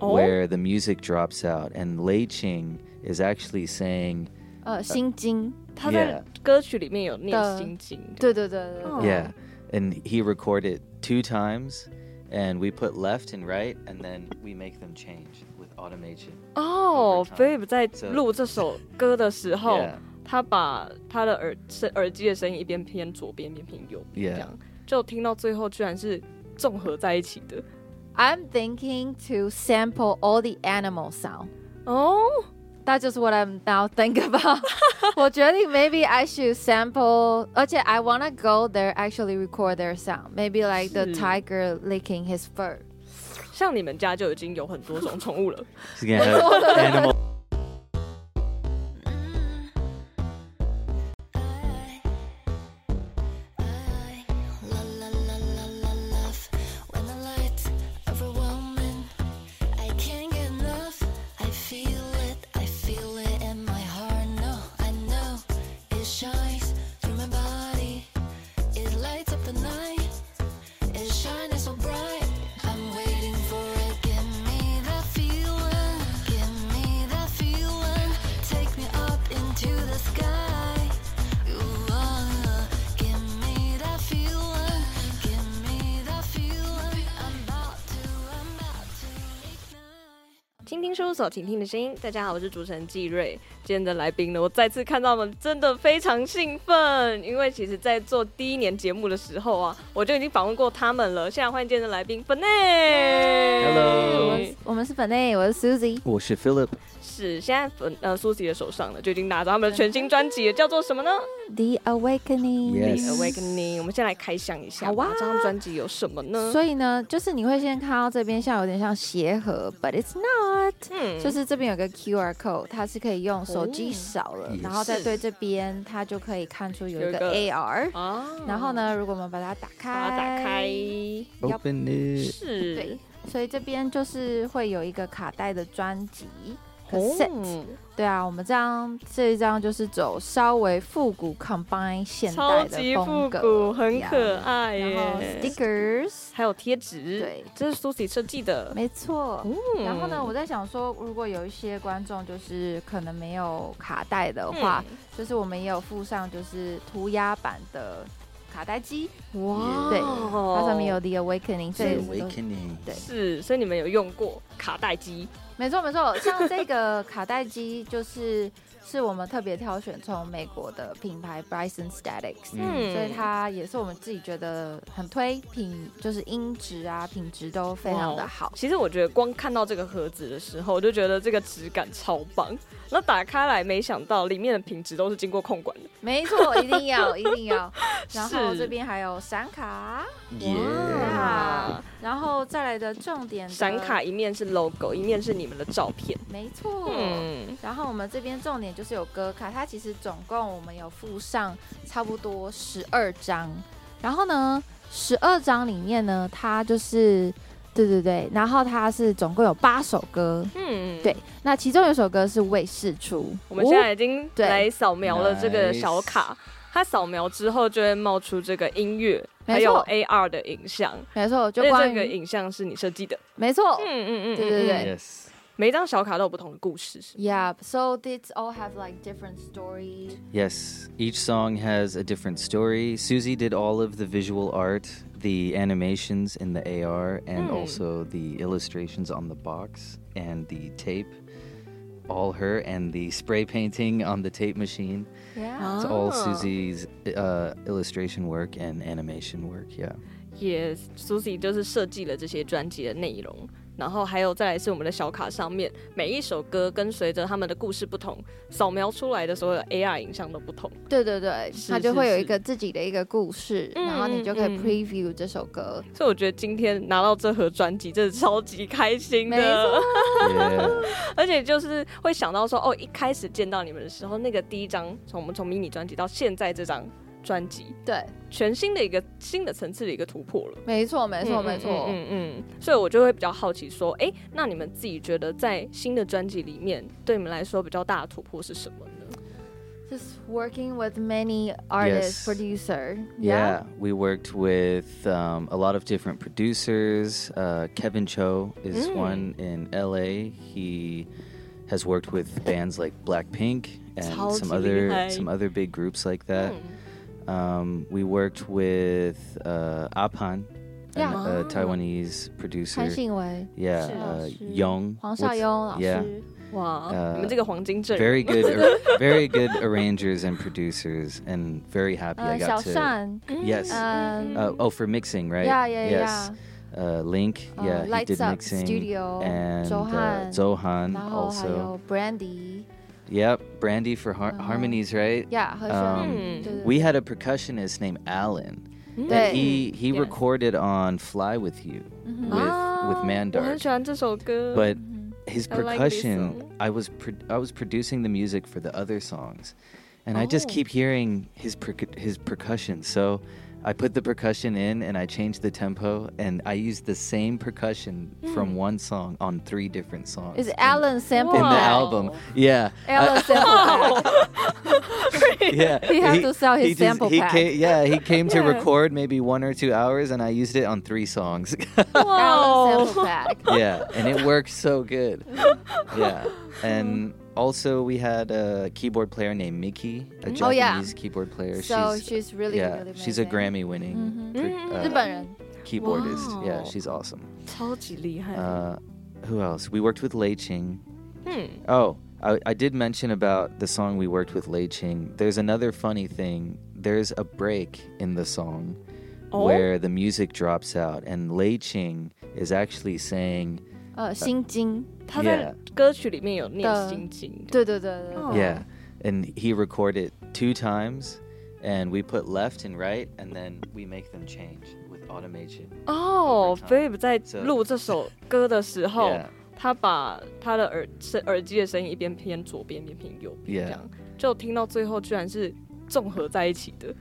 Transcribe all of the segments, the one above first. where the music drops out, and Lei Ching is actually saying, 呃，心经，他在 Yeah 歌曲里面有念的心经，对对对对对哦 yeah, and he recorded two times, and we put left and right, and then we make them change with automation. 哦 Over time. ，Babe 在 So- 录这首歌的时候 Yeah. 他把他的耳声耳机的声音一边偏左边，一边偏右边 Yeah. 这样就听到最后居然是综合在一起的 I'm thinking to sample all the animal sound. 哦。 That's just what I'm now think about. 我决定 maybe I should sample，而且 I wanna go there actually record their sound. Maybe like the 是 tiger licking his fur. 像你们家就已经有很多种宠物了， He's gonna have animal. I'm waiting for it. Give me that feeling. Give me that feeling. Take me up into the sky. Ooh, ah. Give me that feeling. Give me that feeling. I'm about to, I'm about to ignite. 倾听事务所，倾听你的声音。大家好，我是主持人季瑞。今天的来宾呢，我再次看到他们，真的非常兴奋，因为其实，在做第一年节目的时候啊，我就已经访问过他们了。现在欢迎今天的来宾 f e n e Hello 我我们是本内，我是 Susie。我是 Philip，是现在粉呃苏 i 的手上了，就已经拿着他们的全新专辑了，叫做什么呢 The Awakening。 Yes The？Awakening。我们先来开箱一下吧，好啊这张专辑有什么呢？所以呢，就是你会先看到这边像有点像鞋盒，but it's not，、嗯就是这边有个 QR code，它是可以用手机哦扫了，也然后再是对这边，它就可以看出有有一一个个 AR。啊然后？呢，如果我们把它打开，把它打开， Yup open it. 是对，所以这边就是会有一个卡带的专辑。cassette 哦对啊，我们这样这一张就是走稍微复古 combine 现超代的级复风格，古，很可呀爱耶。然后 stickers，还有贴纸，对这是 Susie 设计的。没错。嗯然后呢，我在想说，如果有一些观众就是可能没有卡带的嗯话，就是我们也有附上就是涂鸦版的卡带机，嗯哇，对哦它上面有 The Awakening，所以我们都 awakening. 对是，所以你们有用过卡带机，没错没错，像这个卡带机就是是我们特别挑选从美国的品牌 Bryson Statics，、嗯所以它也是我们自己觉得很推品，就是音质啊品质都非常的好哇。哦其实我觉得光看到这个盒子的时候，我就觉得这个质感超棒。那打开来，没想到里面的品质都是经过控管的，没错，一定要一定 要。然后是这边还有闪卡。 Yeah. 啊，然后再来的重点的闪卡，一面是 logo，一面是你们的照片。没错。嗯，然后我们这边重点就是有歌卡，它其实总共我们有附上差不多十二张，然后呢，十二张里面呢，它就是对对对，然后它是总共有八首歌，嗯，对，那其中有一首歌是未释出，我们现在已经对来扫描了这个小卡，它扫描之后就会冒出这个音乐，没错还有 AR 的影像，哦没错，就而且关这个于影像是你设计的。没错嗯嗯嗯，对对对嗯嗯 Yes. 每一张小卡都有不同的故事，是吗，Yeah, so these all have like different stories. Yes. Each song has a different story. Susie did all of the visual art, the animations in the AR, and Hmm. also the illustrations on the box and the tape. All her and the spray painting on the tape machine. Yeah. It's all Susie's uh, illustration work and animation work. Yeah. Yes, Susie 就是设计了这些专辑的内容，然后还有再来是我们的小卡上面每一首歌跟随着他们的故事不同，扫描出来的所有 AR 影像都不同。对对对，是它就是会有是一个自己的一个故事，嗯然后你就可以嗯嗯 preview 这首歌。所以我觉得今天拿到这盒专辑真的超级开心没的错， yeah. 而且就是会想到说，哦，一开始见到你们的时候，那个第一张从我们从迷你专辑到现在这张专辑，对，全新的一个新的层次的一个突破了。没错，没错，没错。嗯嗯嗯，所以我就会比较好奇说，哎、那你们自己觉得在新的专辑里面，对你们来说比较大的突破是什么呢？ Just working with many Yes. artists, producer. Yeah, we worked with um, a lot of different producers. Uh, Kevin Cho is one in LA. He has worked with bands like Blackpink and some 超级厉害。 other some other big groups like that. Um, we worked with uh, Apan, Yeah. a, a Ah. Taiwanese producer. 潘信维、 Yeah, 是 uh, 老师。 Young 黄少 what's- 雍老 yeah. 师，哇，呃你们这个黄金阵容 Very good, ar- very good arrangers and producers, and very happy I 呃，小 got to. 善， Yes. Um, Uh, oh, for mixing, right? yeah, yeah, Yes. Uh, Link, Uh, yeah, he Lights did Up mixing. Studio, and Zohan. uh, Zohan 然后还 also. 有 Brandy， Yep, Brandy for har- Uh-huh. harmonies, right? yeah，和嗯弦，嗯对对 We had a percussionist named Alan. 对 He he Yes. recorded on "Fly with You" Mm-hmm. with Ah, with 啊我很 Mandark, 喜欢这首歌。 but his Mm-hmm. I like this percussion, song. I was pro- I was producing the music for the other songs, and I just Oh. keep hearing his percu- his percussion. So I put the percussion in and I changed the tempo, and I used the same percussion Hmm. from one song on three different songs. Is in- Alan sample in the Wow. album? Yeah, Alan sample pack. yeah. He had to sell his he just- sample he pack. Came, yeah, he came to Yeah. record maybe one or two hours, and I used it on three songs. Alan Wow sample pack. yeah, and it worked so good. Yeah, and also we had a keyboard player named Miki, a Japanese Oh, yeah. keyboard player. So she's, she's really, yeah, really she's a amazing. Mm-hmm. Grammy-winning Mhm. pro- 日本人 keyboardist. Yeah, Wow. she's awesome. 超级厉害。 Uh, who else? We worked with Lei Ching. Hmm. 嗯， Oh, I, I did mention about the song we worked with Lei Ching. There's another funny thing. There's a break in the song Oh? where the music drops out, and Lei Ching is actually saying, 呃，心经，他在 Yeah. 歌曲里面有念的心经。对对对对对， Yeah. And he recorded two times, and we put left and right, and then we make them change with automation. 哦 Over time. ，Babe 在录这首歌的时候 Yeah. 他把他的耳声耳机的声音一边偏左边，一边偏右边， Yeah. 这样就听到最后居然是综合在一起的。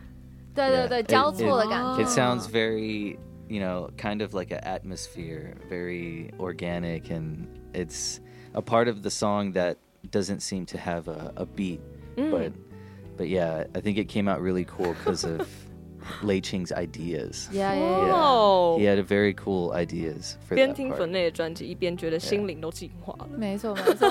对对 Yeah. 对，交错的感觉。 It sounds very, you know, kind of like an atmosphere, very organic, and it's a part of the song that doesn't seem to have a, a beat. But, but yeah, I think it came out really cool because of Lei Ching's ideas. Yeah, yeah, yeah. 哦 He，had a very cool ideas for 边 that 听 part. 粉类的专辑，一边觉得心灵都进化了。 没错没错，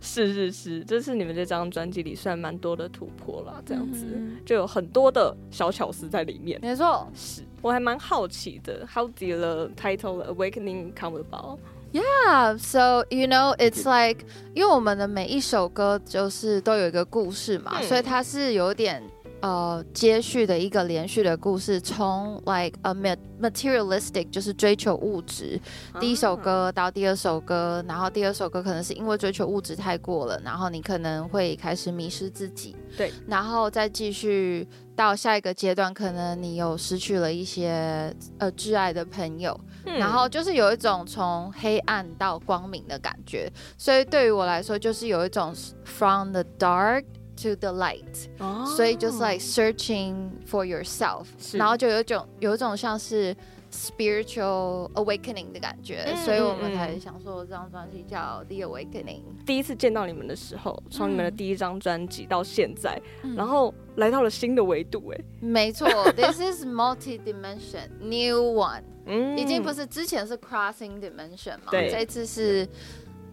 是是是，这是你们这张专辑里算蛮多的突破啦，这样子、嗯就有很多的小巧思在里面。没错。是，我还蛮好奇的，How did the title Awakening come about？ Yeah, so you know it's like，因为我们的每一首歌就是都有一个故事嘛，嗯所以它是有点呃接续的一个连续的故事，从 like a ma- materialistic 就是追求物质，第一首歌到第二首歌，然后第二首歌可能是因为追求物质太过了，然后你可能会开始迷失自己，对，然后再继续到下一个阶段，可能你有失去了一些呃挚爱的朋友。嗯然后就是有一种从黑暗到光明的感觉，所以对于我来说，就是有一种 from the dark to the light，、哦所以就是 like searching for yourself，是然后就有一种有一种像是 spiritual awakening 的感觉，嗯所以我们嗯嗯才想说这张专辑叫 The Awakening。第一次见到你们的时候，从你们的嗯第一张专辑到现在，然后来到了新的维度、哎，没 错，This is multi-dimension new one。嗯已经不是之前是 crossing dimension 嘛，对这一次是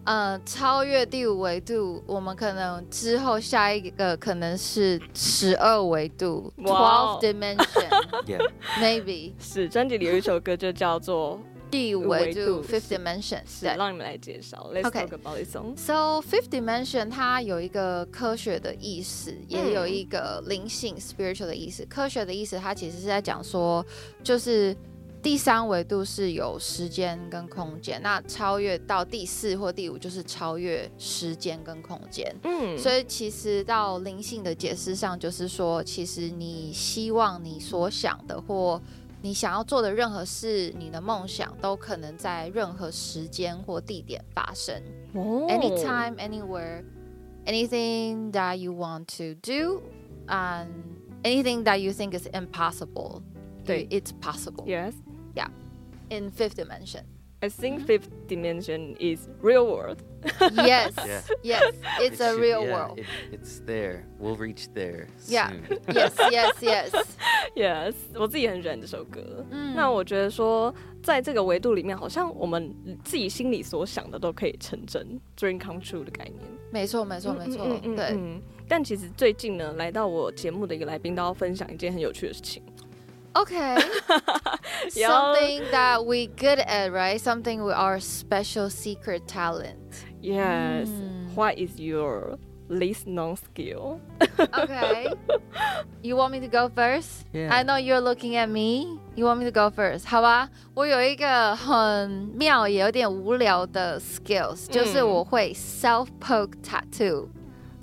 呃超越第五维度，我们可能之后下一个可能是十二维度哇哦，twelve dimension Yeah. maybe 是专辑里有一首歌就叫做第五维度五维度 fifth dimension 是，对。让你们来介绍，Let's OK talk about this song。 So fifth dimension 它有一个科学的意思，也有一个灵性 spiritual 的意思。科学的意思它其实是在讲说，就是第三维度是有时间跟空间，那超越到第四或第五就是超越时间跟空间。嗯所以其实到灵性的解释上，就是说，其实你希望你所想的或你想要做的任何事，你的梦想都可能在任何时间或地点发生。哦 anytime, anywhere, anything that you want to do, and anything that you think is impossible. 对 it's possible Oh ，Yes， in fifth dimension. I think fifth dimension is real world. yes, Yeah. yes, it's It a should- real yeah, world. it- it's there. We'll reach there. Yeah. soon. yes, yes, yes. Yes，我自己很喜欢这首歌。嗯那我觉得说，在这个维度里面，好像我们自己心里所想的都可以成真，dream come true 的概念。没错，没错，没错，对，嗯但其实最近呢，来到我节目的一个来宾都要分享一件很有趣的事情。 Okay. Something that we good at, right? Something with our special secret talent. Yes，嗯 what is your least known skill？ Okay. you want me to go first? Yeah. I know you're looking at me. You want me to go first? 好吧，我有一个很妙也有点无聊的 skills，、就是我会 self poke tattoo，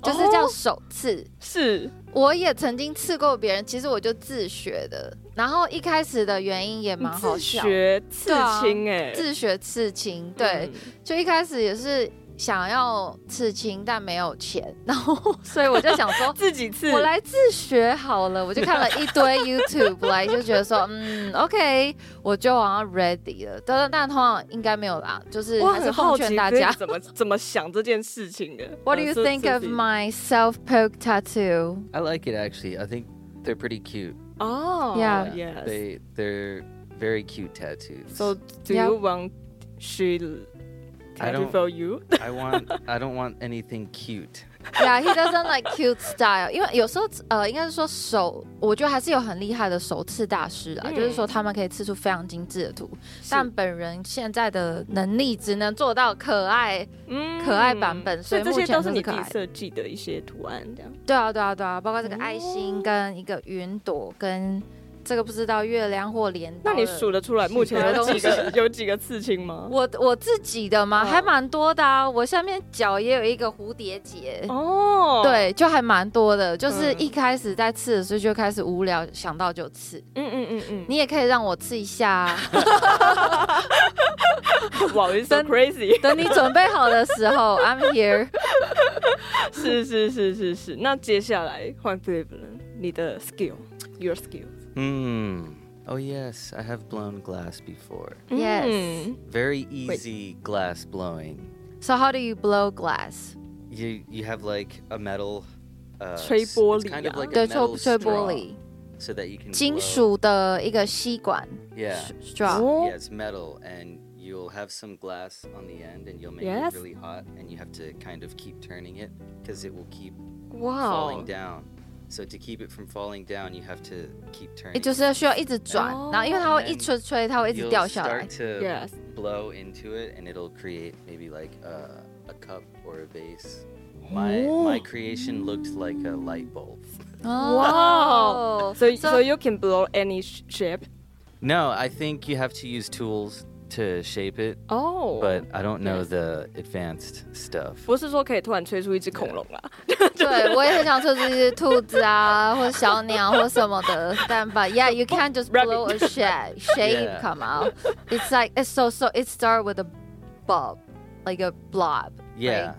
就是叫手刺。哦是我也曾经刺过别人，其实我就自学的。然后一开始的原因也蛮好自笑，学刺对啊青哎、自学刺青，对，嗯，。就一开始也是想要刺青，但没有钱，然后所以我就想说自己刺，我来自学好了，我就看了一堆 YouTube 来，就觉得说，嗯，OK，我就好像 ready 了。但但通常应该没有啦，就是我还是很奉好劝奇大自己家。怎么怎么想这件事情的。 What do you 呃 think of？my self poke tattoo? I like it actually. I think they're pretty cute. 哦 Yeah. yes. They they're very cute tattoos. So do Yeah. you want she I tattoo don't- for you？ I want I don't want anything cute. Yeah, he doesn't like cute style. 因为有时候呃，应该是说手，我觉得还是有很厉害的手刺大师啊，嗯就是说他们可以刺出非常精致的图。但本人现在的能力只能做到可爱。嗯 可爱版本所所以以这些目前都都是是你可自爱己的设计的一些图案，这样。对啊，对啊，对啊，包括这个哦爱心跟一个云朵跟这个不知道月亮或镰刀那的。你数得出来目前有几个有几个刺青吗？我我自己的吗？嗯还蛮多的啊，我下面脚也有一个蝴蝶结。哦，，对，就还蛮多的，就是嗯一开始在刺的时候就开始无聊，想到就刺。嗯嗯嗯嗯，你也可以让我刺一下、 啊。哇，you so 真 crazy，等你准备好的时候，I'm here。是是是是是。那接下来换 p h i l 你的 skill，your skill。 Hmm. Oh yes, I have blown glass before. Yes 嗯 Very easy glass blowing. So how do you blow glass？ You you have like a metal. Uh, 吹 s- 玻 it's 璃 kind of 啊 like 对， a 吹 metal 吹玻 straw 璃， so that you can 金 blow. 属的一个吸管 Yeah, straw。 yeah, 哦， it's metal, and you'll have some glass on the end, and you'll make Yes. it really hot, and you have to kind of keep turning it because it will keep 哇 falling down. So to keep it from falling down, you have to keep turning. 也就是需要一直转哦，然后因为它会一吹吹，它会一直 You'll 掉下来 start。to Yes. blow into it, and it'll create maybe like a, a cup or a vase. My my Oh. creation looked like a light bulb. 哦 So So- so you can blow any sh- shape. No, I think you have to use tools to shape it, 哦， but I don't know Yes. the advanced stuff. 不是说可以突然吹出一只恐龙啦。对，我也很想说这些兔子啊，或者小鸟或什么的， 但 but yeah, you can't just Rabbit. blow a shape shape Yeah. come out. It's like it's so so. It start with a bulb, like a blob. Yeah,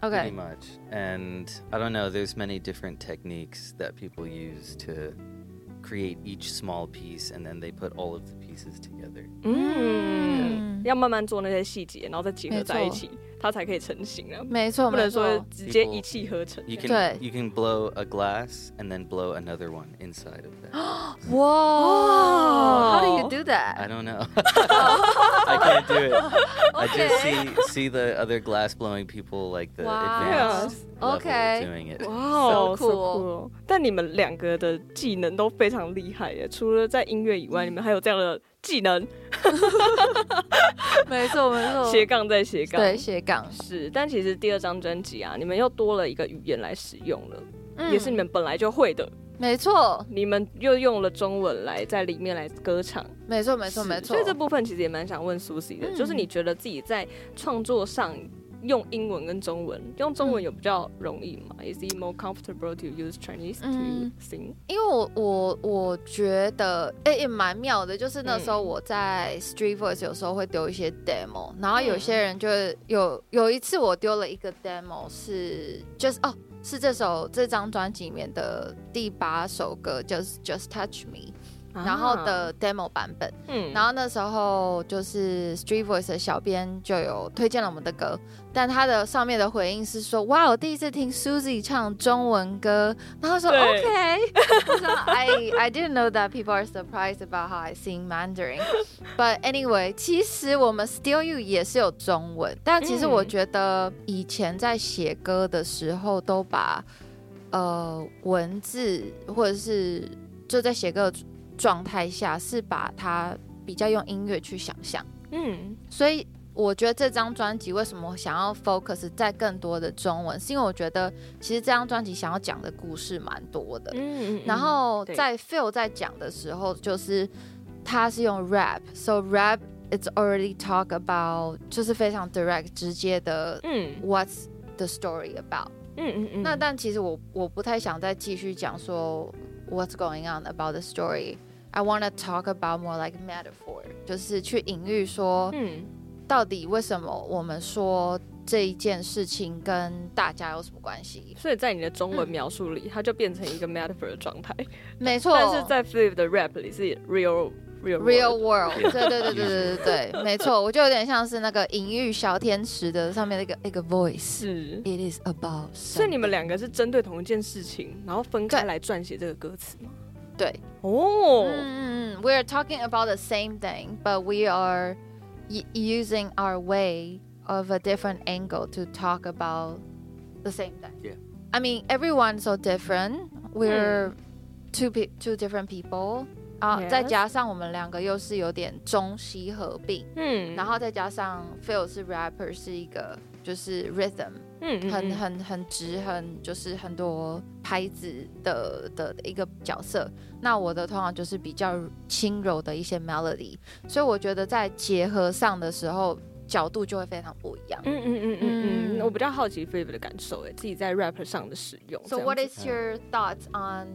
pretty Okay. much. And I don't know. There's many different techniques that people use to create each small piece, and then they put all of the pieces together. 嗯，要慢慢做那些细节，然后再结合在一起，它才可以成型啊。没错，不能没说错，直接一气呵成。 You can Right. you can blow a glass and then blow another one inside of that. 哇！How do you do I that？ don't know. I can't do it. I just see see the other glass blowing people like the Wow. advanced level Okay. doing it. 哇哦 So cool 哦！但你们两个的技能都非常厉害耶，除了在音乐以嗯外，你们还有这样的技能，没错，没错斜杠再斜嗯杠。对，斜杠是。但其实第二张专辑啊，你们又多了一个语言来使用了，嗯也是你们本来就会的，没错，你们又用了中文来在里面来歌唱。没错，没错，是没错所以。这部分其实也蛮想问苏西的，嗯就是你觉得自己在创作上用英文跟中文，用中嗯文有比较容易吗、i s it more comfortable to use Chinese to 嗯 sing？因为我我我觉得诶、也蛮妙的，就是那嗯时候我在 Street Voice 有时候会丢一些 demo，然后有些嗯人就有有一次我丢了一个 demo 是 just 哦是这首这张专辑里面的第八首歌，就是 Just Touch Me，然后，的 demo 版本。啊嗯然后那时候就是 Street Voice 的小编就有推荐了我们的歌，但他的上面的回应是说：“哇，我第一次听 Suzy 唱中文歌。”然后说对 OK，我说 I I didn't know that people are surprised about how I sing Mandarin. But anyway，其实我们 Still You 也是有中文，但其实嗯我觉得以前在写歌的时候都把呃文字或者是就在写歌的状态下是把它比较用音乐去想象，嗯所以我觉得这张专辑为什么想要 focus 在更多的中文，是因为我觉得其实这张专辑想要讲的故事蛮多的。嗯然后对在 Phil 在讲的时候，就是他是用 rap，so rap it's already talk about 就是非常 direct 直接的嗯 what's the story about。嗯嗯嗯，那但其实我我不太想再继续讲说 what's going on about the story。I want to talk about more like metaphor，就是去隐喻说，嗯到底为什么我们说这一件事情跟大家有什么关系？所以在你的中嗯文描述里，它就变成一个 metaphor 的状态，没嗯错，但是在 Flip 的 rap 里是 real real real world world， Yeah. 对对对对对对对，没错，我就有点像是那个隐喻小天使的上面的一个一个 voice。是。 It is about，所以你 something 们两个是针对同一件事情，然后分开对来撰写这个歌词吗？对，哦，嗯嗯嗯，we are talking about the same thing, but we are y- using our way of a different angle to talk about the same thing. Yeah. I mean, everyone's so Mm。 different. We're two pe two different people. 啊、 Yes. 再加上我们两个又是有点中西合并，嗯然后再加上 Phil 是 rapper，是一个就是 rhythm，嗯嗯很嗯很很直，很就是很多拍子的的一个角色。那我的通常就是比较轻柔的一些 melody，所以我觉得在结合上的时候，角度就会非常不一样。嗯嗯嗯嗯嗯，嗯我比较好奇 Flip 的感受，哎，自己在 rap 上的使用。 So 这样 what 子 is your thoughts on？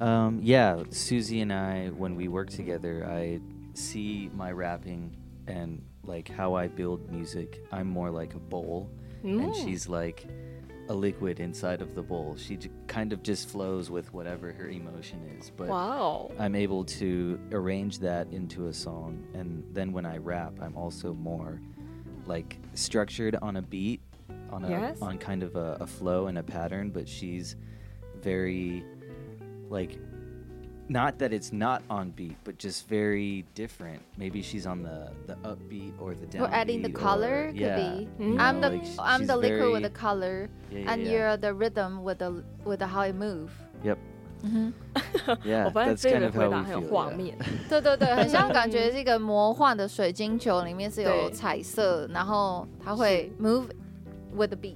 Um, yeah, Susie and I, when we work together, I see my rapping and like how I build music. I'm more like a bowl, and she's like a liquid inside of the bowl. She j- kind of just flows with whatever her emotion is. But 哇哦， I'm able to arrange that into a song, and then when I rap, I'm also more like structured on a beat, on a Yes. on kind of a, a flow and a pattern. But she's very like not that it's not on beat, but just very different. Maybe she's on the the upbeat or the downbeat. We're adding the or- color, could yeah, be. you I'm know, the like, sh- I'm she's the liquid very- with the color, yeah, yeah, and yeah. you're the rhythm with the with the how it move. Yep. 嗯哼 yeah, 我发现 that's 这 kind 个 of 回 how 答 we 很有 feel. 画 yeah. 面。对对对，很像感觉是一个魔幻的水晶球，里面是有对彩色，然后它会 move with the beat。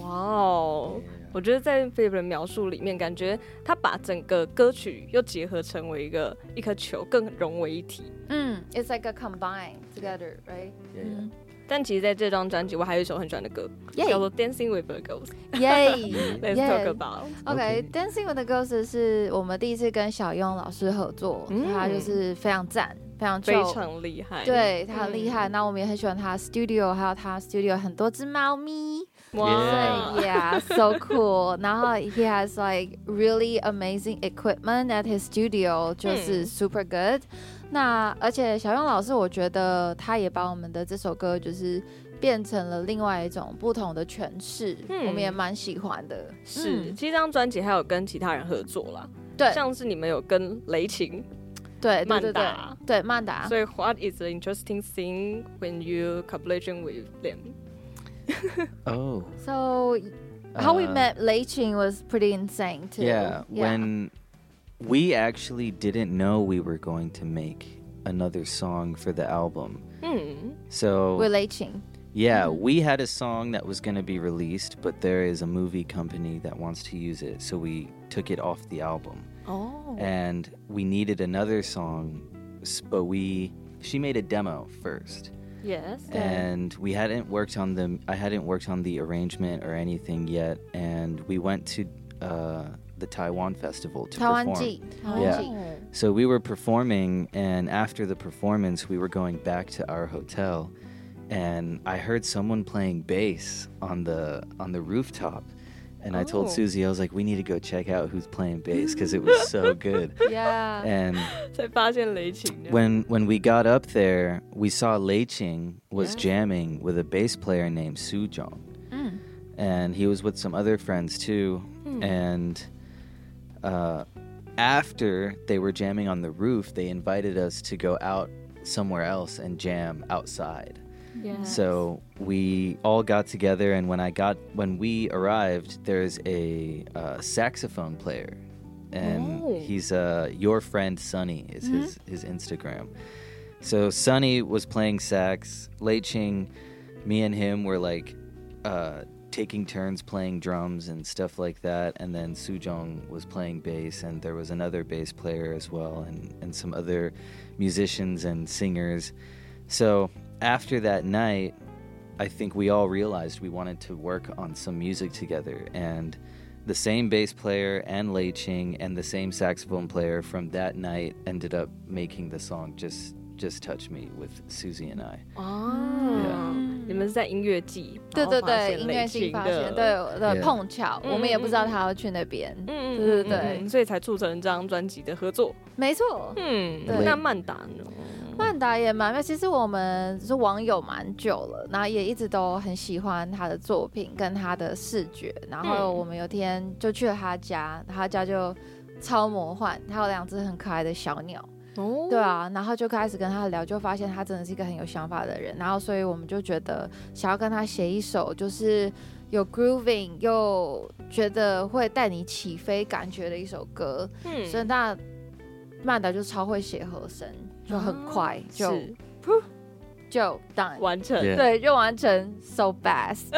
哇哦 Yeah,，yeah, yeah. 我觉得在 Flip 的描述里面，感觉他把整个歌曲又结合成为一个一颗球，更融为一体。嗯，it's like a combine together, right? Yeah, yeah. 但其实，在这张专辑，我还有一首很喜欢的歌， Yay 叫做《Dancing with the Girls》。 Yay! Let's talk about。 OK, OK Dancing with the Girls 是我们第一次跟小庸老师合作，嗯他就是非常赞，非常非 chill 常厉害，对他很厉害。那我们也很喜欢他的 studio，还有他 studio 很多只猫咪。哇 yeah, so cool. 然后 he has like really amazing equipment at his studio，就嗯是 super good、那而且小勇老师，我觉得他也把我们的这首歌就是变成了另外一种不同的诠释，嗯我们也蛮喜欢的。是，Hmm。嗯其实这张专辑还有跟其他人合作啦，对像是你们有跟雷霆，对对曼对对达对曼达所以 What is the interesting thing when you collaboration with them？ Oh. ，so how we uh, met Lei Qing was pretty insane too. Yeah, when we actually didn't know we were going to make another song for the album. 嗯 So, with Lei Qing， yeah, we had a song that was going to be released, but there is a movie company that wants to use it, so we took it off the album. 哦 And we needed another song, s- but we she made a demo first. ，Yes， and we hadn't worked on the I hadn't worked on the arrangement or anything yet, and we went to uh, the Taiwan festival to 台湾 perform. 记，台 Yeah. 湾记， So we were performing, and after the performance, we were going back to our hotel, and I heard someone playing bass on the on the rooftop, And I Oh. told Susie, I was like, we need to go check out who's playing bass because it was so good. Yeah， And 才发现雷琴的。 when when we got up there, we saw Lei Ching was Yeah. jamming with a bass player named Su Jong. 嗯， and he was with some other friends too. And uh, after they were jamming on the roof, they invited us to go out somewhere else and jam outside. So we all got together, and when I got when we arrived, there's a uh, saxophone player, and Oh. he's uh, your friend Sonny is his his Instagram. So Sonny was playing sax. Lei Ching, me and him were like uh, taking turns playing drums and stuff like that, and then Sujong was playing bass, and there was another bass player as well, and and some other musicians and singers. So after that night, I think we all realized we wanted to work on some music together. And the same bass player and Lei Ching and the same saxophone player from that night ended up making the song Just Just Touch Me with Susie and I. 哦，你们是在音乐季，啊对然对后发对，现音雷乐琴性发现，的，对的 Yeah 碰巧，我们也不知道他要去那边，嗯，对对嗯对，嗯所以才促成这张专辑的合作。没错。嗯，对那曼达呢？曼达也蛮，其实我们是网友蛮久了，然后也一直都很喜欢他的作品跟他的视觉。然后嗯我们有天就去了他家，他家就超魔幻，他有两只很可爱的小鸟。哦对，啊，然后就开始跟他聊，就发现他真的是一个很有想法的人，然后所以我们就觉得想要跟他写一首就是有 grooving 又觉得会带你起飞感觉的一首歌，嗯所以那曼达就超会写和声，就很快、就是就 done，啊完嗯成 Yeah 对，就完成 so fast。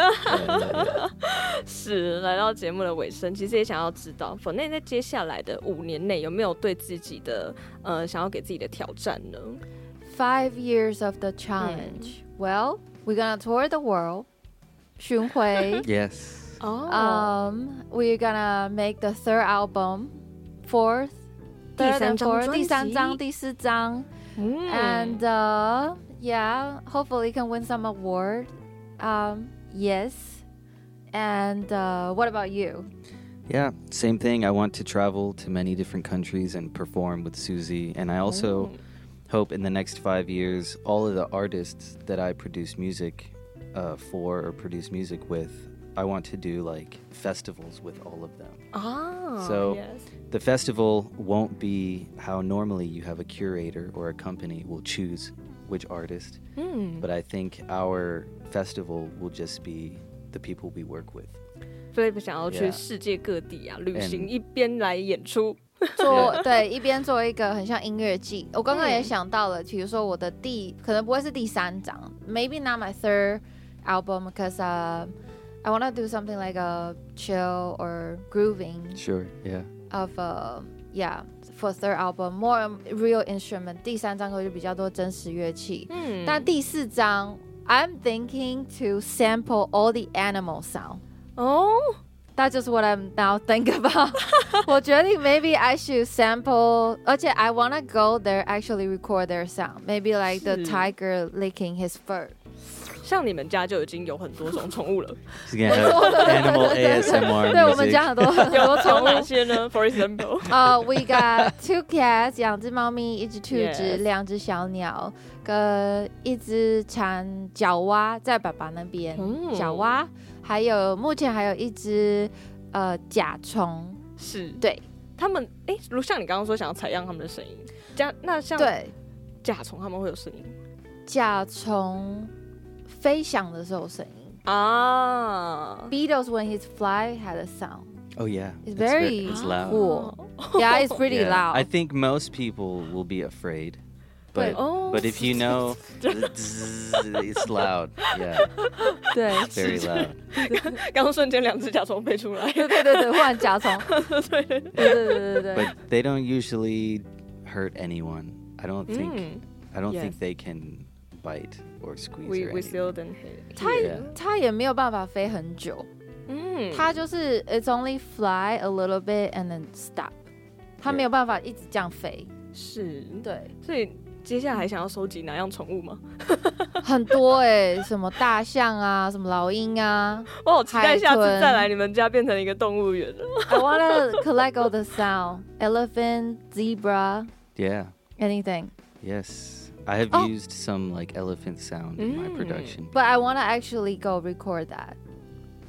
是来到节目的尾声，其实也想要知道，粉内在接下来的五年内有没有对自己的呃想要给自己的挑战呢？ Five years of the challenge. Mm. Well, we're gonna tour the world，巡回。 yes. 哦 Oh. 啊 Um, we're gonna make the third album, fourth, 第 third 三 and 张 fourth, 专第辑三张、第四张嗯，and uh, yeah, hopefully can win some award. Um, yes. And uh, what about you? Yeah, same thing. I want to travel to many different countries and perform with Susie. And I also hope in the next five years, all of the artists that I produce music uh, for or produce music with, I want to do like festivals with all of them. 啊 So- The festival won't be how normally you have a curator or a company will choose which artist, 嗯， but I think our festival will just be the people we work with. 所以想要去 Yeah 世界各地啊旅 And- 行，一边来演出。做对一边做一个很像音乐季，我刚刚也嗯想到了，比如说我的第可能不会是第三张，maybe not my third album because uh, I wanna do something like a chill or grooving Sure, yeah. of uh, yeah for third album more real instrument 第三张歌就比较多真实乐器，嗯但第四张 I'm thinking to sample all the animal sound。哦， That's just what I'm now think about 。我决定 maybe I should sample，而且 I wanna go there actually record their sound. Maybe like the 是 tiger licking his fur. 像你们家就已经有很多种宠 物了， She's gonna have animal 对我 ASMR 们家 music. 很多很多宠 有哪物。些呢？For example， 呃、w e got two cats，两只猫咪，一只兔子 Yes 两只小鸟，跟一只蝉角蛙在爸爸那边，嗯角蛙，还有目前还有一只呃甲虫，是对他们哎，如像你刚刚说想要采样他们的声音，加那像对，甲虫他们会有声音吗甲虫飞翔的时候声音。啊 Beatles when he's fly had a sound. Oh yeah, It's ve- very it's loud. cool. Yeah, it's pretty Yeah. loud. I think most people will be afraid, but Wait, oh. but if you know, it's loud. Yeah, 对 very loud. 刚刚瞬间两只甲虫飞出来，对对对对，换甲虫。 对对对对对 But they don't usually hurt anyone. I don't think. 嗯 Hmm. I don't yes. think they can bite or squeeze ，we or we anything. still don't hate，它 Yeah. 它也没有办法飞很久，嗯，它就是 it's only fly a little bit and then stop，它 Yeah. 没有办法一直这样飞。是，对，所以接下来想要收集哪样宠物吗？很多哎、什么大象啊， 什么老鹰啊。我好哦期待海下次豚再来你们家变成一个动物园了。 I wanna collect all the sound, elephant, zebra, Yeah. anything. Yes. I have Oh. Hmm. used some like elephant sound in my Mm. production. But I wanna actually go record that.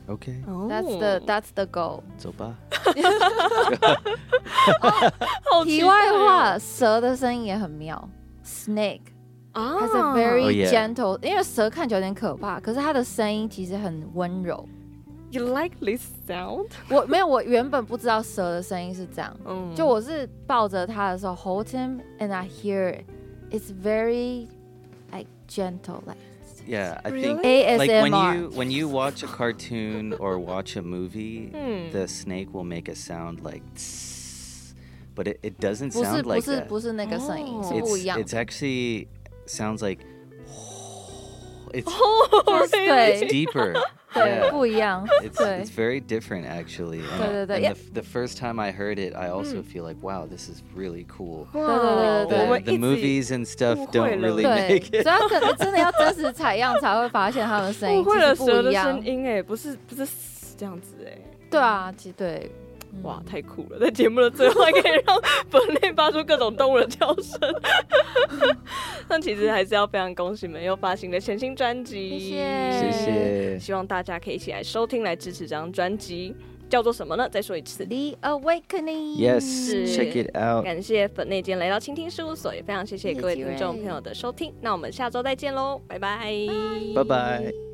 Okay. Oh, That's the that's the goal. 走 吧。 好期题待外哦话，蛇的声音也很妙。Snake 啊 has a Oh, very yeah. gentle，、因为蛇看起来有点可怕，可是它的声音其实很温柔。 You like this sound？我没有，我原本不知道蛇的声音是这样，嗯就我是抱着它的时候 hold him and I hear it. It's very like gentle like Yeah, I Really? think ASMR. like when you when you watch a cartoon or watch a movie, Hmm. the snake will make a sound like tss, but it, it oh, doesn't 不是 sound 不 like 是 that. 不是那个声音哦是不 It's 一样的 it's actually sounds like it's Oh, 对 really? deeper. 对， yeah. 不一样， It's, 对 it's。very different actually. And, Da, da, da, and yeah. the, Hmm. the first time I heard it, I also feel like wow, this is really cool. 对对对 The, 对我们 the 一直 movies and stuff don't 误会了。 really 对，make 所以 it. 他可能真的要真实采样才会发现他们的声音误其会了实不蛇一的样声。音哎，不是不是嘶这样子哎。对啊，其实对，嗯哇，太酷了！在节目的最后还可以让本类发出各种动物的叫 声。那其实还是要非常恭喜你们又发行了全新专辑，谢谢谢谢。希望大家可以一起来收听、来支持这张专辑，叫做什么呢？再说一次。 The Awakening。 Yes, check it out. 感谢粉内今天来到倾听事务所，也非常谢谢各位听众朋友的收听。那我们下周再见喽，拜拜。 Bye bye.